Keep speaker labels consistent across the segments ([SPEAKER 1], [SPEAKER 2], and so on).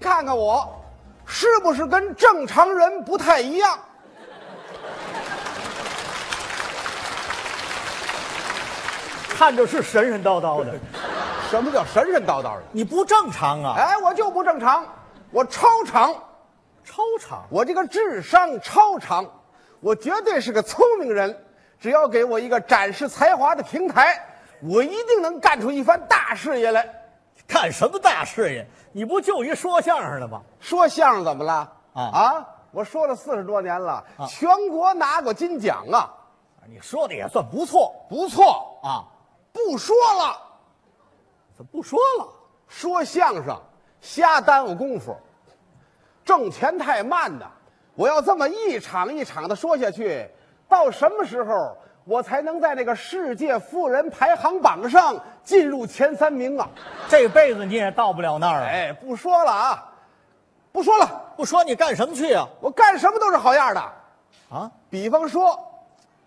[SPEAKER 1] 看看我，是不是跟正常人不太一样？
[SPEAKER 2] 看着是神神叨叨的，
[SPEAKER 1] 什么叫神神叨叨的？
[SPEAKER 2] 你不正常啊！
[SPEAKER 1] 哎，我就不正常，我超常，
[SPEAKER 2] 超常，
[SPEAKER 1] 我这个智商超常，我绝对是个聪明人。只要给我一个展示才华的平台，我一定能干出一番大事业来。
[SPEAKER 2] 干什么大事业？你不就一说相声的吗？
[SPEAKER 1] 说相声怎么了？
[SPEAKER 2] 啊
[SPEAKER 1] 我说了四十多年了，全国拿过金奖啊，
[SPEAKER 2] 你说的也算不错
[SPEAKER 1] 不错。
[SPEAKER 2] 啊，
[SPEAKER 1] 不说了，
[SPEAKER 2] 怎么不说了？
[SPEAKER 1] 说相声瞎耽误功夫，挣钱太慢呐。我要这么一场一场的说下去，到什么时候我才能在那个世界富人排行榜上进入前三名啊？
[SPEAKER 2] 这辈子你也到不了那儿啊！
[SPEAKER 1] 哎，不说了啊，不说了，
[SPEAKER 2] 不说你干什么去啊？
[SPEAKER 1] 我干什么都是好样的。
[SPEAKER 2] 啊，
[SPEAKER 1] 比方说，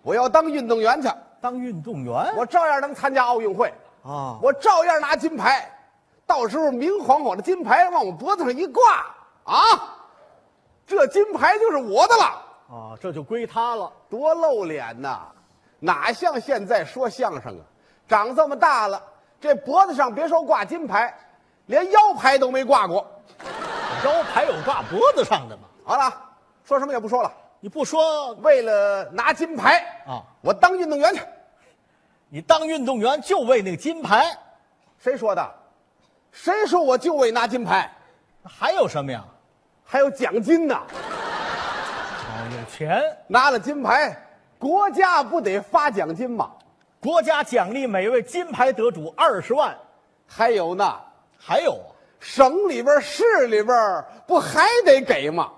[SPEAKER 1] 我要当运动员去，
[SPEAKER 2] 当运动员
[SPEAKER 1] 我照样能参加奥运会，
[SPEAKER 2] 啊！
[SPEAKER 1] 我照样拿金牌。到时候明晃晃的金牌往我脖子上一挂，啊，这金牌就是我的了，
[SPEAKER 2] 啊，这就归他了。
[SPEAKER 1] 多露脸呐！哪像现在说相声啊，长这么大了，这脖子上别说挂金牌，连腰牌都没挂过。
[SPEAKER 2] 招牌有挂脖子上的吗？
[SPEAKER 1] 好了，说什么也不说了。
[SPEAKER 2] 你不说
[SPEAKER 1] 为了拿金牌
[SPEAKER 2] 啊，
[SPEAKER 1] 我当运动员去。
[SPEAKER 2] 你当运动员就为那个金牌，
[SPEAKER 1] 谁说的？谁说我就为拿金牌？
[SPEAKER 2] 还有什么呀？
[SPEAKER 1] 还有奖金呢！
[SPEAKER 2] 啊，有钱，
[SPEAKER 1] 拿了金牌，国家不得发奖金吗？
[SPEAKER 2] 国家奖励每位金牌得主二十万，
[SPEAKER 1] 还有呢，
[SPEAKER 2] 还有啊。
[SPEAKER 1] 省里边、市里边不还得给吗？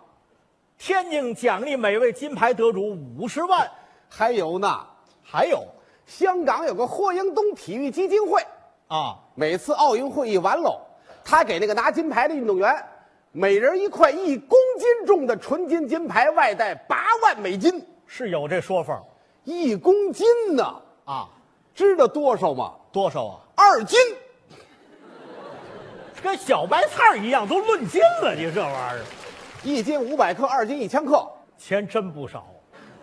[SPEAKER 2] 天津奖励每位金牌得主五十万，
[SPEAKER 1] 还有呢，
[SPEAKER 2] 还有
[SPEAKER 1] 香港有个霍英东体育基金会，
[SPEAKER 2] 啊，
[SPEAKER 1] 每次奥运会一完喽，他给那个拿金牌的运动员，每人一块一公斤重的纯金金牌，外带八万美金，
[SPEAKER 2] 是有这说法
[SPEAKER 1] 一公斤呢，
[SPEAKER 2] 啊，
[SPEAKER 1] 知道多少吗？
[SPEAKER 2] 多少啊？
[SPEAKER 1] 二斤。
[SPEAKER 2] 跟小白菜儿一样，都论斤了，你这玩意儿，
[SPEAKER 1] 一斤五百克，二斤一千克。
[SPEAKER 2] 钱真不少。啊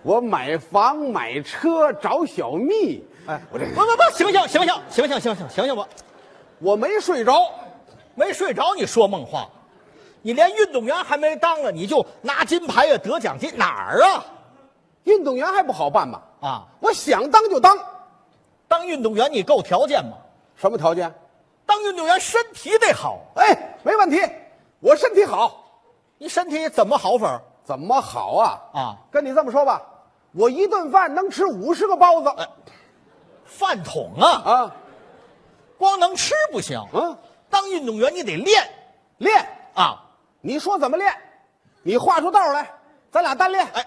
[SPEAKER 1] 我买房买车找小蜜，哎，我这
[SPEAKER 2] 不不不，醒醒醒醒醒醒醒醒醒醒吧！
[SPEAKER 1] 我没睡着，
[SPEAKER 2] 没睡着，你说梦话，你连运动员还没当呢，你就拿金牌呀，得奖金哪儿啊？
[SPEAKER 1] 运动员还不好办吗？
[SPEAKER 2] 啊，
[SPEAKER 1] 我想当就当，
[SPEAKER 2] 当运动员你够条件吗？
[SPEAKER 1] 什么条件？
[SPEAKER 2] 当运动员身体得好，
[SPEAKER 1] 哎，没问题，我身体好，
[SPEAKER 2] 你身体怎么好法儿？
[SPEAKER 1] 怎么好啊？
[SPEAKER 2] 啊，
[SPEAKER 1] 跟你这么说吧，我一顿饭能吃五十个包子
[SPEAKER 2] 哎饭桶啊！
[SPEAKER 1] 啊，
[SPEAKER 2] 光能吃不行，
[SPEAKER 1] 嗯，
[SPEAKER 2] 当运动员你得练
[SPEAKER 1] 练，
[SPEAKER 2] 啊，
[SPEAKER 1] 你说怎么练？你画出道来，咱俩单练。
[SPEAKER 2] 哎，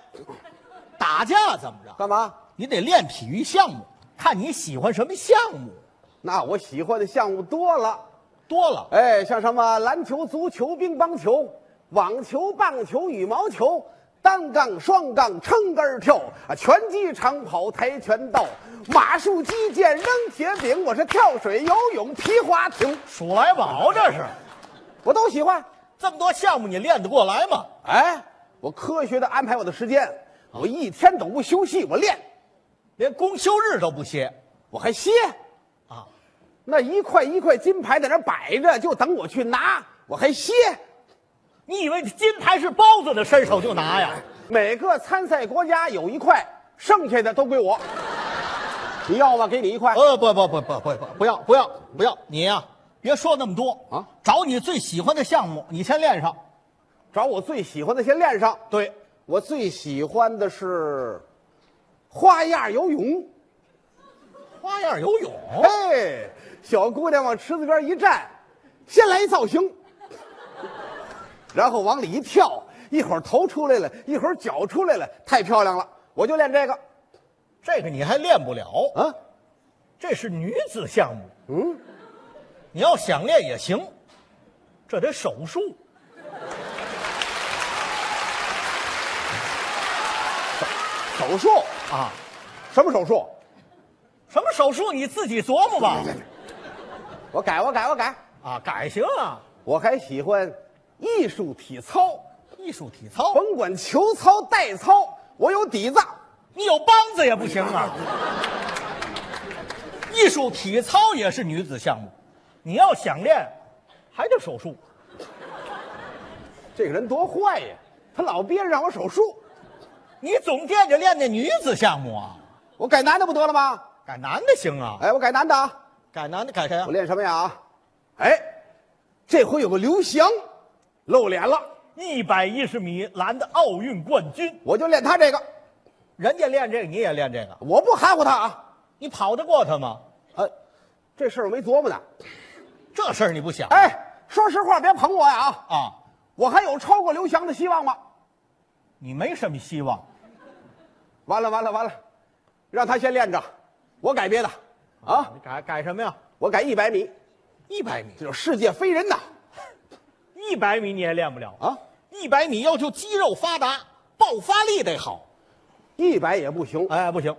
[SPEAKER 2] 打架怎么着？
[SPEAKER 1] 干嘛？
[SPEAKER 2] 你得练体育项目，看你喜欢什么项目，
[SPEAKER 1] 那我喜欢的项目多了。
[SPEAKER 2] 多了
[SPEAKER 1] 哎，像什么篮球、足球、乒乓球、网球、棒球、羽毛球、单杠、双杠、撑杆跳啊，拳击、长跑、跆拳道、马术、击剑、扔铁饼，我是跳水、游泳、皮划艇，
[SPEAKER 2] 数来宝这是，
[SPEAKER 1] 我都喜欢。
[SPEAKER 2] 这么多项目你练得过来吗？
[SPEAKER 1] 哎，我科学的安排我的时间，我一天都不休息，我练，
[SPEAKER 2] 连公休日都不歇，
[SPEAKER 1] 我还歇。
[SPEAKER 2] 啊，
[SPEAKER 1] 那一块一块金牌在那儿摆着，就等我去拿，我还歇。
[SPEAKER 2] 你以为金牌是包子的，伸手就拿呀？
[SPEAKER 1] 每个参赛国家有一块，剩下的都归我。你要吗？给你一块。
[SPEAKER 2] 呃，不不不不不不，不要不要不要，你呀、别说那么多
[SPEAKER 1] 啊，
[SPEAKER 2] 找你最喜欢的项目，你先练上。
[SPEAKER 1] 找我最喜欢的先练上。
[SPEAKER 2] 对，
[SPEAKER 1] 我最喜欢的是花样游泳。
[SPEAKER 2] 花样游泳，
[SPEAKER 1] 哎，小姑娘往池子边一站，先来一造型，然后往里一跳，一会儿头出来了，一会儿脚出来了，太漂亮了。我就练这个
[SPEAKER 2] 这个你还练不了。
[SPEAKER 1] 啊。
[SPEAKER 2] 这是女子项目，
[SPEAKER 1] 嗯，
[SPEAKER 2] 你要想练也行，这得手术。
[SPEAKER 1] 手术
[SPEAKER 2] 啊，
[SPEAKER 1] 什么手术？
[SPEAKER 2] 什么手术你自己琢磨吧。
[SPEAKER 1] 我改，我改，我改。
[SPEAKER 2] 啊，改行啊，
[SPEAKER 1] 我还喜欢艺术体操，
[SPEAKER 2] 艺术体操，
[SPEAKER 1] 甭管球操、带操，我有底子。
[SPEAKER 2] 你有梆子也不 行啊。艺术体操也是女子项目，你要想练，还得手术。
[SPEAKER 1] 这个人多坏呀，他老憋着让我手术，
[SPEAKER 2] 你总惦着练那女子项目啊？
[SPEAKER 1] 我改男的不得了吗？
[SPEAKER 2] 改男的行啊？
[SPEAKER 1] 哎，我改男的啊，
[SPEAKER 2] 改男的改谁啊
[SPEAKER 1] 我？练什么呀？啊，哎，这回有个刘翔，露脸了，
[SPEAKER 2] 一百一十米栏的奥运冠军，
[SPEAKER 1] 我就练他这个，
[SPEAKER 2] 人家练这个，你也练这个，
[SPEAKER 1] 我不含糊他啊。
[SPEAKER 2] 你跑得过他吗？
[SPEAKER 1] 呃，这事儿我没琢磨呢。
[SPEAKER 2] 这事儿你不想
[SPEAKER 1] 哎，说实话，别捧我呀啊！
[SPEAKER 2] 啊？
[SPEAKER 1] 我还有超过刘翔的希望吗？
[SPEAKER 2] 你没什么希望。
[SPEAKER 1] 完了完了完了，让他先练着，我改别的，啊，
[SPEAKER 2] 你改改什么呀？
[SPEAKER 1] 我改一百米，
[SPEAKER 2] 一百米，
[SPEAKER 1] 这叫世界飞人呐！
[SPEAKER 2] 一百米你也练不了啊！
[SPEAKER 1] 啊，
[SPEAKER 2] 一百米要求肌肉发达，爆发力得好。
[SPEAKER 1] 一百也不行，
[SPEAKER 2] 哎，不行，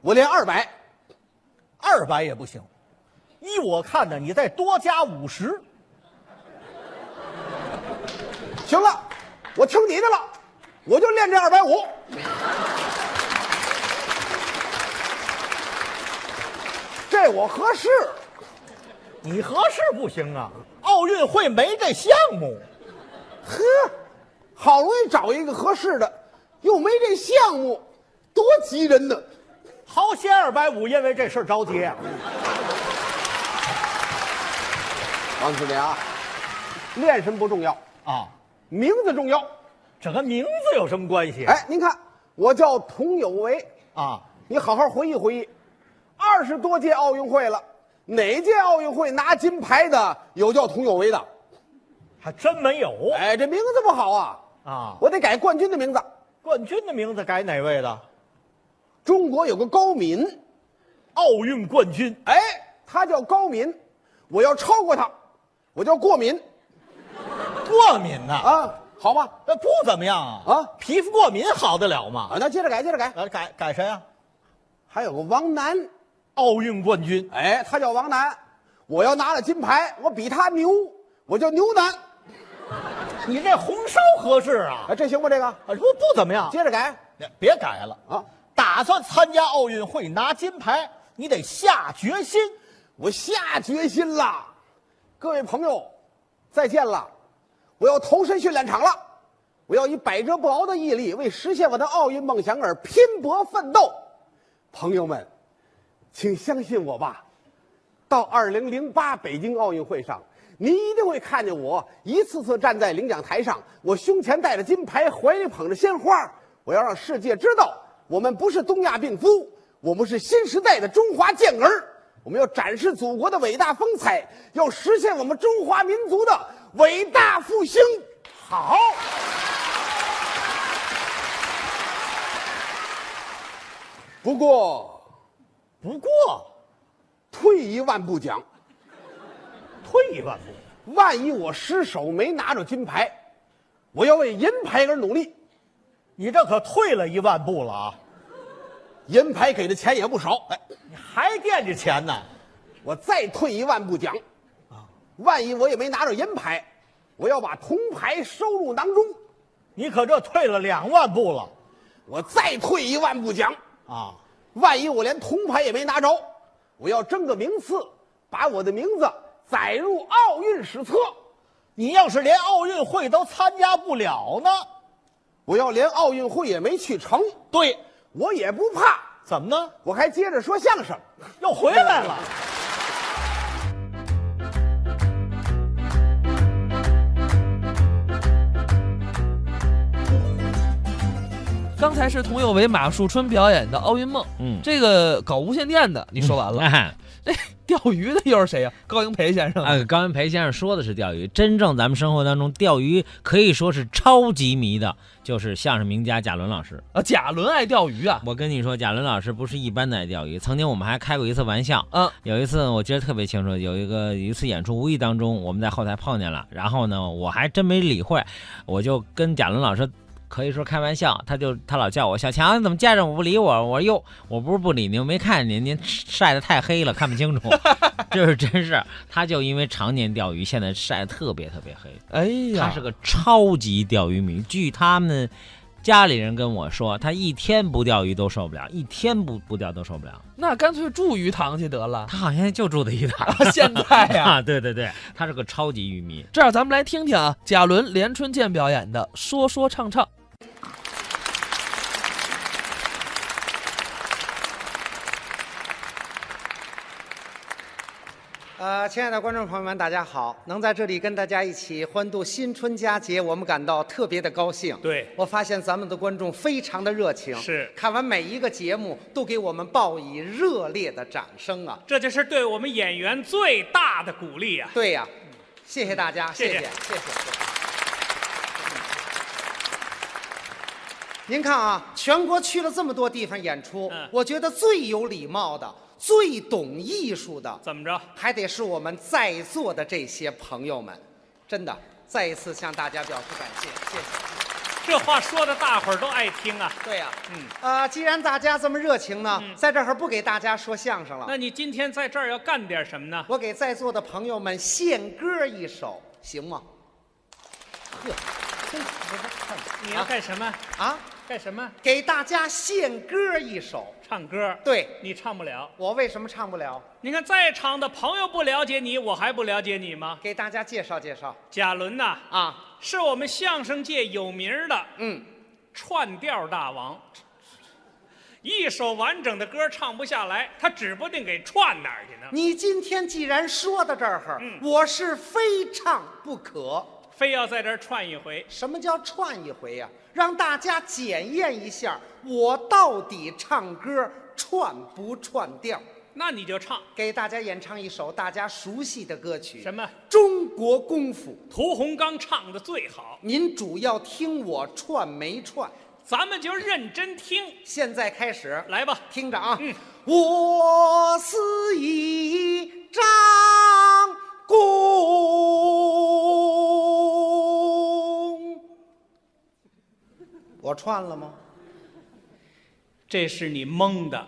[SPEAKER 1] 我练二百，
[SPEAKER 2] 二百也不行。依我看呢，你再多加五十，
[SPEAKER 1] 行了，我听你的了，我就练这二百五。这我合适，
[SPEAKER 2] 你合适不行啊！奥运会没这项目，
[SPEAKER 1] 呵，好容易找一个合适的，又没这项目，多急人呢！
[SPEAKER 2] 豪些二百五，因为这事儿着急啊。
[SPEAKER 1] 王子良，练什么不重要，
[SPEAKER 2] 啊，
[SPEAKER 1] 名字重要。
[SPEAKER 2] 这跟名字有什么关系？
[SPEAKER 1] 哎，您看，我叫佟有为，
[SPEAKER 2] 啊，
[SPEAKER 1] 你好好回忆回忆，二十多届奥运会了，哪届奥运会拿金牌的有叫佟有为的？
[SPEAKER 2] 还真没有
[SPEAKER 1] 哎，这名字不好啊，
[SPEAKER 2] 啊。
[SPEAKER 1] 我得改冠军的名字。
[SPEAKER 2] 冠军的名字改哪位的？
[SPEAKER 1] 中国有个高敏，
[SPEAKER 2] 奥运冠军。
[SPEAKER 1] 哎，他叫高敏，我要超过他，我叫过敏
[SPEAKER 2] 过敏呐、
[SPEAKER 1] 啊，好吧？
[SPEAKER 2] 那不怎么样啊
[SPEAKER 1] 啊
[SPEAKER 2] 皮肤过敏好得了吗？
[SPEAKER 1] 啊，那接着改，接着改。
[SPEAKER 2] 呃，改改谁啊？
[SPEAKER 1] 还有个王楠，
[SPEAKER 2] 奥运冠军，
[SPEAKER 1] 哎，他叫王楠，我要拿了金牌，我比他牛，我叫牛楠，
[SPEAKER 2] 你这红烧合适啊？
[SPEAKER 1] 哎，这行不？这个
[SPEAKER 2] 啊，不不怎么样，
[SPEAKER 1] 接着改
[SPEAKER 2] 别改了
[SPEAKER 1] 啊。
[SPEAKER 2] 打算参加奥运会拿金牌，你得下决心。
[SPEAKER 1] 我下决心了，各位朋友，再见了！我要投身训练场了，我要以百折不挠的毅力为实现我的奥运梦想而拼搏奋斗。朋友们，请相信我吧，到二零零八北京奥运会上，您一定会看见我一次次站在领奖台上，我胸前戴着金牌，怀里捧着鲜花。我要让世界知道，我们不是东亚病夫，我们是新时代的中华健儿。我们要展示祖国的伟大风采，要实现我们中华民族的伟大复兴。
[SPEAKER 2] 好，
[SPEAKER 1] 不过，
[SPEAKER 2] 不过
[SPEAKER 1] 退一万步讲，
[SPEAKER 2] 退一万步，
[SPEAKER 1] 万一我失手没拿着金牌，我要为银牌而努力。
[SPEAKER 2] 你这可退了一万步了啊！
[SPEAKER 1] 银牌给的钱也不少，哎，
[SPEAKER 2] 你还惦记钱呢？
[SPEAKER 1] 我再退一万步讲，啊，万一我也没拿着银牌，我要把铜牌收入囊中。
[SPEAKER 2] 你可这退了两万步了
[SPEAKER 1] 我再退一万步讲，
[SPEAKER 2] 啊！
[SPEAKER 1] 万一我连铜牌也没拿着，我要争个名次，把我的名字载入奥运史册。
[SPEAKER 2] 你要是连奥运会都参加不了呢？
[SPEAKER 1] 我要连奥运会也没去成，
[SPEAKER 2] 对，
[SPEAKER 1] 我也不怕，
[SPEAKER 2] 怎么呢？
[SPEAKER 1] 我还接着说相声。
[SPEAKER 2] 又回来了。
[SPEAKER 3] 刚才是佟有为、马树春表演的《奥运梦》，
[SPEAKER 4] 嗯
[SPEAKER 3] 这个搞无线电的你说完了，
[SPEAKER 4] 哎，
[SPEAKER 3] 钓鱼的又是谁呀、高英培先生。
[SPEAKER 4] 啊，高文培先生说的是钓鱼，真正咱们生活当中钓鱼可以说是超级迷的，就是相声名家贾伦老师。
[SPEAKER 3] 啊，贾伦爱钓鱼啊，
[SPEAKER 4] 我跟你说，贾伦老师不是一般的爱钓鱼，曾经我们还开过一次玩笑。
[SPEAKER 3] 嗯，
[SPEAKER 4] 有一次我记得特别清楚，有一个有一次演出，无意当中我们在后台碰见了，然后呢，我还真没理会，我就跟贾伦老师可以说开玩笑，他就他老叫我小强，你怎么见着我不理我？我说哟，我不是不理您，我没看见您，您晒得太黑了，看不清 楚。这是真事儿，他就因为常年钓鱼，现在晒得特别特别黑。
[SPEAKER 3] 哎呀，
[SPEAKER 4] 他是个超级钓鱼迷。据他们家里人跟我说，他一天不钓鱼都受不了，一天不不钓都受不了。
[SPEAKER 3] 那干脆住鱼塘去得了。
[SPEAKER 4] 他好像就住在一 堂。
[SPEAKER 3] 现在呀、
[SPEAKER 4] 啊，对对对，他是个超级鱼迷。
[SPEAKER 3] 这样咱们来听听啊，贾伦、连春建表演的《说说唱唱》。
[SPEAKER 5] 呃，亲爱的观众朋友们，大家好！能在这里跟大家一起欢度新春佳节，我们感到特别的高兴。
[SPEAKER 6] 对
[SPEAKER 5] 我发现咱们的观众非常的热情，
[SPEAKER 6] 是
[SPEAKER 5] 看完每一个节目都给我们报以热烈的掌声啊！
[SPEAKER 6] 这就是对我们演员最大的鼓励啊！
[SPEAKER 5] 对呀、谢谢大家，
[SPEAKER 6] 嗯谢谢
[SPEAKER 5] 谢谢谢。您看啊，全国去了这么多地方演出，
[SPEAKER 6] 嗯
[SPEAKER 5] 我觉得最有礼貌的、最懂艺术的，
[SPEAKER 6] 怎么着？
[SPEAKER 5] 还得是我们在座的这些朋友们，真的再一次向大家表示感谢，谢谢。
[SPEAKER 6] 这话说的大伙儿都爱听啊！
[SPEAKER 5] 对呀、
[SPEAKER 6] 嗯
[SPEAKER 5] 啊，既然大家这么热情呢，在这儿不给大家说相声了
[SPEAKER 6] 那，你今天在这儿要干点什么呢？
[SPEAKER 5] 我给在座的朋友们献歌一首，行吗？呵，真不是看
[SPEAKER 6] 你要干什么？
[SPEAKER 5] 啊，
[SPEAKER 6] 干什么？
[SPEAKER 5] 给大家献歌一首。
[SPEAKER 6] 唱歌。，
[SPEAKER 5] 对
[SPEAKER 6] 你唱不了。
[SPEAKER 5] 我为什么唱不了？
[SPEAKER 6] 你看在场的朋友不了解你，我还不了解你吗？
[SPEAKER 5] 给大家介绍介绍
[SPEAKER 6] 贾伦呐、
[SPEAKER 5] 啊，
[SPEAKER 6] 是我们相声界有名儿的
[SPEAKER 5] 嗯，
[SPEAKER 6] 串调大王。一首完整的歌唱不下来，他指不定给串哪儿去呢。
[SPEAKER 5] 你今天既然说到这儿，
[SPEAKER 6] 嗯
[SPEAKER 5] 我是非唱不可。
[SPEAKER 6] 非要在这儿串一回，
[SPEAKER 5] 什么叫串一回呀、让大家检验一下我到底唱歌串不串调。
[SPEAKER 6] 那你就唱
[SPEAKER 5] 给大家演唱一首大家熟悉的歌曲，
[SPEAKER 6] 什么？
[SPEAKER 5] 中国功夫。
[SPEAKER 6] 屠洪刚唱的最好。
[SPEAKER 5] 您主要听我串没串？
[SPEAKER 6] 咱们就认真听，
[SPEAKER 5] 现在开始，
[SPEAKER 6] 来吧。
[SPEAKER 5] 听着啊。
[SPEAKER 6] 嗯
[SPEAKER 5] 我是一张弓，我串了吗？
[SPEAKER 6] 这是你蒙的，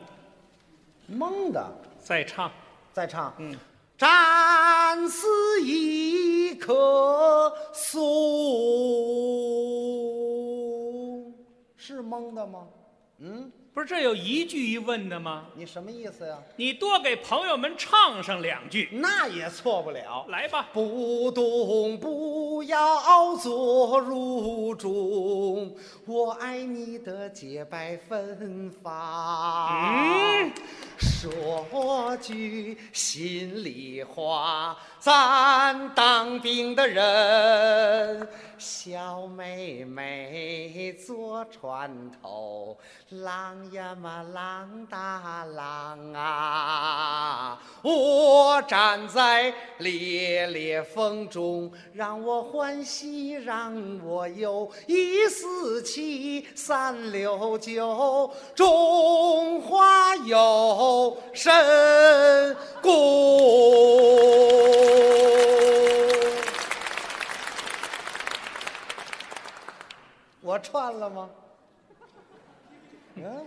[SPEAKER 5] 懵的。
[SPEAKER 6] 再唱。
[SPEAKER 5] 再唱，
[SPEAKER 6] 嗯，
[SPEAKER 5] 战死一棵松，是蒙的吗？
[SPEAKER 6] 不是这有一句一问的吗？
[SPEAKER 5] 你什么意思呀？
[SPEAKER 6] 你多给朋友们唱上两句，
[SPEAKER 5] 那也错不了。
[SPEAKER 6] 来吧。
[SPEAKER 5] 不动不要坐如钟，我爱你的洁白芬发。
[SPEAKER 6] 嗯
[SPEAKER 5] 说句心里话，咱当兵的人，小妹妹坐船头，浪呀嘛浪大浪啊！我站在烈烈风中，让我欢喜，让我忧，一四七三六九，中华有神功。我串了吗？嗯，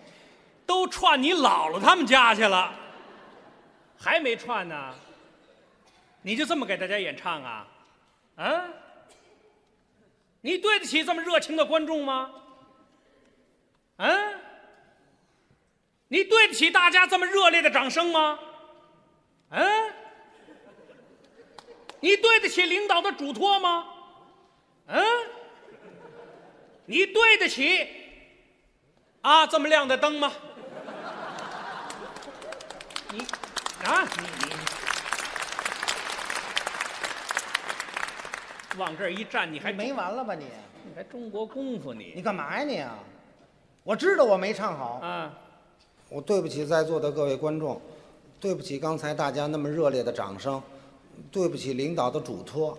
[SPEAKER 6] 都串你姥姥他们家去了，还没串呢，你就这么给大家演唱啊？啊？你对得起这么热情的观众吗？嗯、你对得起大家这么热烈的掌声吗？嗯、你对得起领导的嘱托吗？嗯、你对得起啊，这么亮的灯吗？你啊，你你哎往这儿一站，你还
[SPEAKER 5] 你没完了吧你？
[SPEAKER 6] 你还中国功夫你
[SPEAKER 5] 你干嘛呀你啊？我知道我没唱好，
[SPEAKER 6] 啊？
[SPEAKER 5] 我对不起在座的各位观众，对不起刚才大家那么热烈的掌声，对不起领导的嘱托。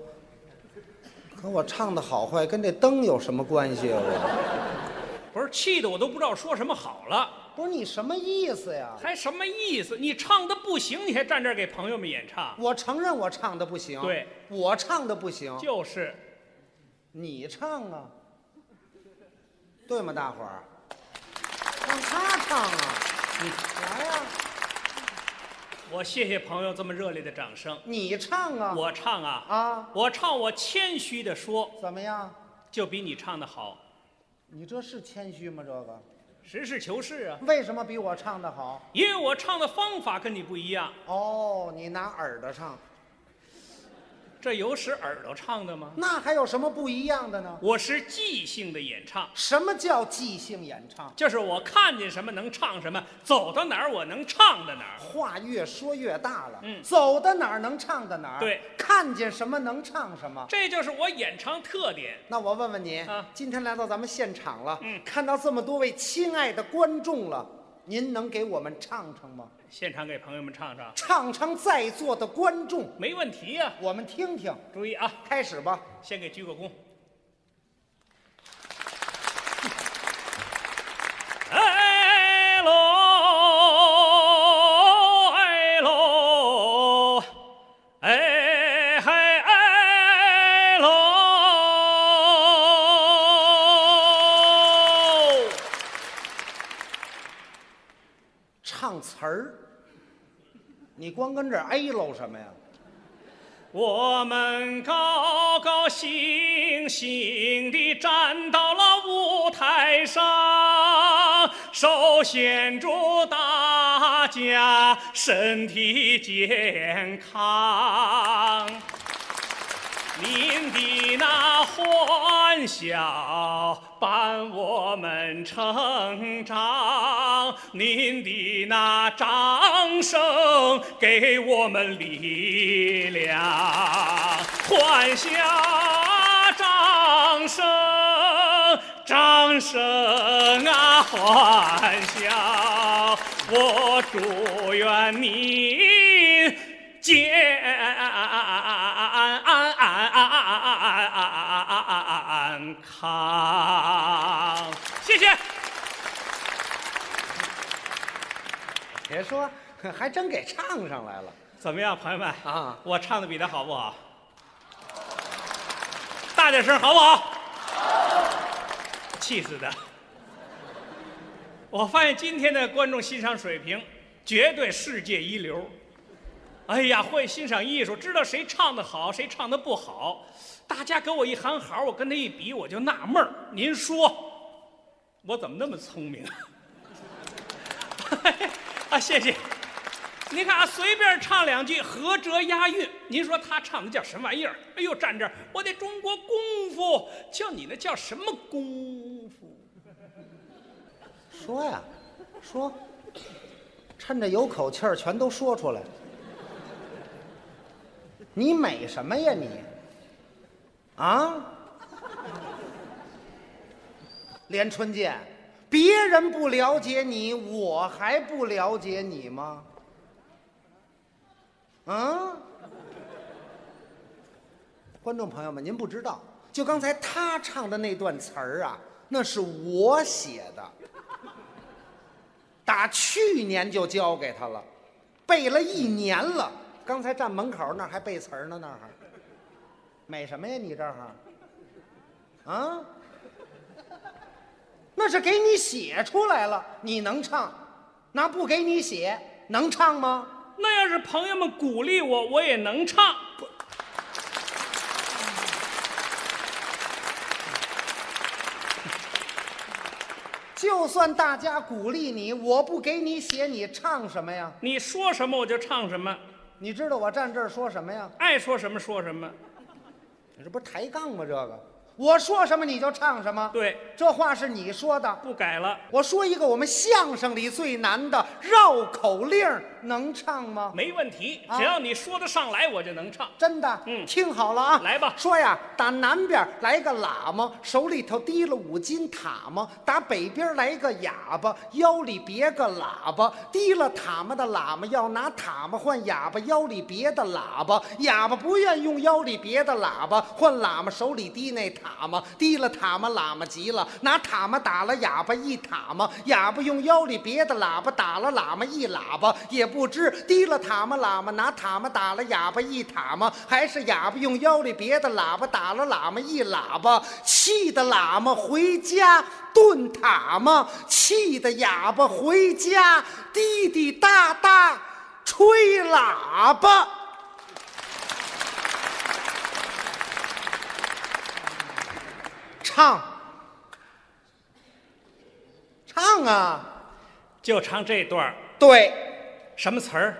[SPEAKER 5] 可我唱的好坏跟这灯有什么关系啊？我
[SPEAKER 6] 不是气得我都不知道说什么好了，
[SPEAKER 5] 不是你什么意思呀？
[SPEAKER 6] 还什么意思？你唱的不行，你还站这儿给朋友们演唱，
[SPEAKER 5] 我承认我唱的不行，
[SPEAKER 6] 对，
[SPEAKER 5] 我唱的不行，
[SPEAKER 6] 就是
[SPEAKER 5] 你唱啊，对吗？大伙儿，让他唱啊！你来啊呀、
[SPEAKER 6] 我谢谢朋友这么热烈的掌声。
[SPEAKER 5] 你唱啊！
[SPEAKER 6] 我唱啊，
[SPEAKER 5] 啊，
[SPEAKER 6] 我唱，我谦虚的说，
[SPEAKER 5] 怎么样？
[SPEAKER 6] 就比你唱的好。
[SPEAKER 5] 你这是谦虚吗？这个
[SPEAKER 6] 实事求是啊，
[SPEAKER 5] 为什么比我唱的好？
[SPEAKER 6] 因为我唱的方法跟你不一样，
[SPEAKER 5] 哦，你拿耳朵唱，
[SPEAKER 6] 这有使耳朵唱的吗？
[SPEAKER 5] 那还有什么不一样的呢？
[SPEAKER 6] 我是即兴的演唱，
[SPEAKER 5] 什么叫即兴演唱？
[SPEAKER 6] 就是我看见什么能唱什么，走到哪儿我能唱到哪儿。
[SPEAKER 5] 话越说越大了，
[SPEAKER 6] 嗯
[SPEAKER 5] 走到哪儿能唱到哪儿，
[SPEAKER 6] 对，
[SPEAKER 5] 看见什么能唱什么。
[SPEAKER 6] 这就是我演唱特点。
[SPEAKER 5] 那我问问你，
[SPEAKER 6] 啊
[SPEAKER 5] 今天来到咱们现场了，
[SPEAKER 6] 嗯
[SPEAKER 5] 看到这么多位亲爱的观众了，您能给我们唱唱吗？
[SPEAKER 6] 现场给朋友们唱唱，
[SPEAKER 5] 唱唱在座的观众，
[SPEAKER 6] 没问题呀、
[SPEAKER 5] 我们听听。
[SPEAKER 6] 注意啊，
[SPEAKER 5] 开始吧，
[SPEAKER 6] 先给鞠个躬。 哎喽哎喽哎嗨哎喽！
[SPEAKER 5] 唱词儿。你光跟这儿哎喽什么呀？
[SPEAKER 6] 我们高高兴兴地站到了舞台上，首先祝大家身体健康。您的那欢笑伴我们成长，您的那掌声给我们力量，欢笑啊，掌声，掌声啊，欢笑！我祝愿你健康。谢谢。
[SPEAKER 5] 别说，还真给唱上来了。
[SPEAKER 6] 怎么样，朋友们
[SPEAKER 5] 啊
[SPEAKER 6] 我唱的比他好不好？大点声，好不好？气死的！我发现今天的观众欣赏水平绝对世界一流。哎呀，会欣赏艺术，知道谁唱的好，谁唱的不好。大家给我一喊好，我跟他一比，我就纳闷儿。您说，我怎么那么聪明啊？ 啊，谢谢。您看啊，随便唱两句，合辙押韵。您说他唱的叫什么玩意儿？哎呦，站这儿，我得中国功夫，叫你那叫什么功夫？
[SPEAKER 5] 说呀，说，趁着有口气儿，全都说出来。你美什么呀你？啊？连春见，别人不了解你，我还不了解你吗？嗯？观众朋友们，您不知道，就刚才他唱的那段词儿啊，那是我写的。打去年就交给他了，背了一年了。刚才站门口那儿还背词儿呢，那儿还美什么呀？你这儿啊？那是给你写出来了，你能唱，那不给你写能唱吗？
[SPEAKER 6] 那要是朋友们鼓励我，我也能唱。
[SPEAKER 5] 就算大家鼓励你，我不给你写，你唱什么呀？
[SPEAKER 6] 你说什么我就唱什么，
[SPEAKER 5] 你知道我站这儿说什么呀？
[SPEAKER 6] 爱说什么说什么。
[SPEAKER 5] 你这不是抬杠吗？这个，我说什么你就唱什么。
[SPEAKER 6] 对，
[SPEAKER 5] 这话是你说的，
[SPEAKER 6] 不改了，
[SPEAKER 5] 我说一个我们相声里最难的绕口令儿，能唱吗？
[SPEAKER 6] 没问题，
[SPEAKER 5] 啊
[SPEAKER 6] 只要你说得上来，我就能唱。
[SPEAKER 5] 真的，
[SPEAKER 6] 嗯
[SPEAKER 5] 听好了啊，
[SPEAKER 6] 来吧
[SPEAKER 5] 说呀，打南边来个喇嘛，手里头提了五斤塔嘛；打北边来个哑巴，腰里别个喇叭。提了塔嘛的喇嘛要拿塔嘛换哑巴腰里别的喇叭，哑巴不愿用腰里别的喇叭换喇嘛手里提那塔。塔嘛，提了塔嘛，喇嘛急了，拿塔嘛打了哑巴一塔嘛，哑巴用腰里别的喇叭打了喇嘛一喇叭，也不知提了塔嘛，喇嘛拿塔嘛打了哑巴一塔嘛，还是哑巴用腰里别的喇叭打了喇嘛一喇叭，气的喇嘛回家炖塔嘛，气的哑巴回家滴滴答答吹喇叭。唱，唱啊！
[SPEAKER 6] 就唱这段儿
[SPEAKER 5] 对，
[SPEAKER 6] 什么词儿？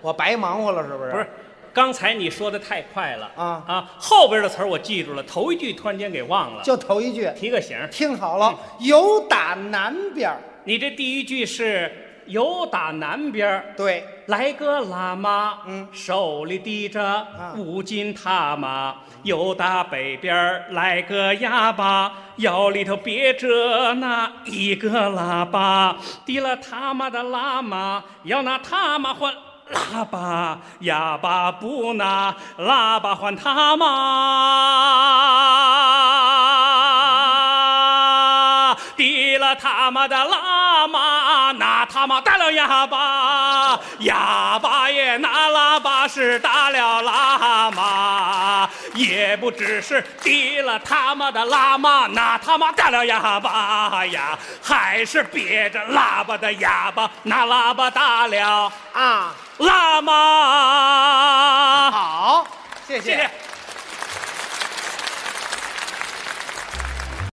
[SPEAKER 5] 我白忙活了是不是？
[SPEAKER 6] 不是，刚才你说的太快了
[SPEAKER 5] 啊
[SPEAKER 6] 啊！后边的词儿我记住了，头一句突然间给忘了，
[SPEAKER 5] 就头一句，
[SPEAKER 6] 提个醒儿。
[SPEAKER 5] 听好了，有打南边儿
[SPEAKER 6] 你这第一句是有打南边儿
[SPEAKER 5] 对，
[SPEAKER 6] 来个喇嘛，手里提着五斤塔嘛，又打北边儿来个哑巴，腰里头别着那一个喇叭，提了他妈的喇嘛，要拿他妈换喇叭，哑巴不拿喇叭换他妈。提了他妈的喇嘛，拿他妈打了哑巴，哑巴也拿喇叭是打了喇嘛，也不只是提了他妈的喇嘛，拿他妈打了哑巴呀，还是别着喇叭的哑巴拿喇叭打了
[SPEAKER 5] 啊，
[SPEAKER 6] 喇嘛。
[SPEAKER 5] 好，谢
[SPEAKER 6] 谢谢。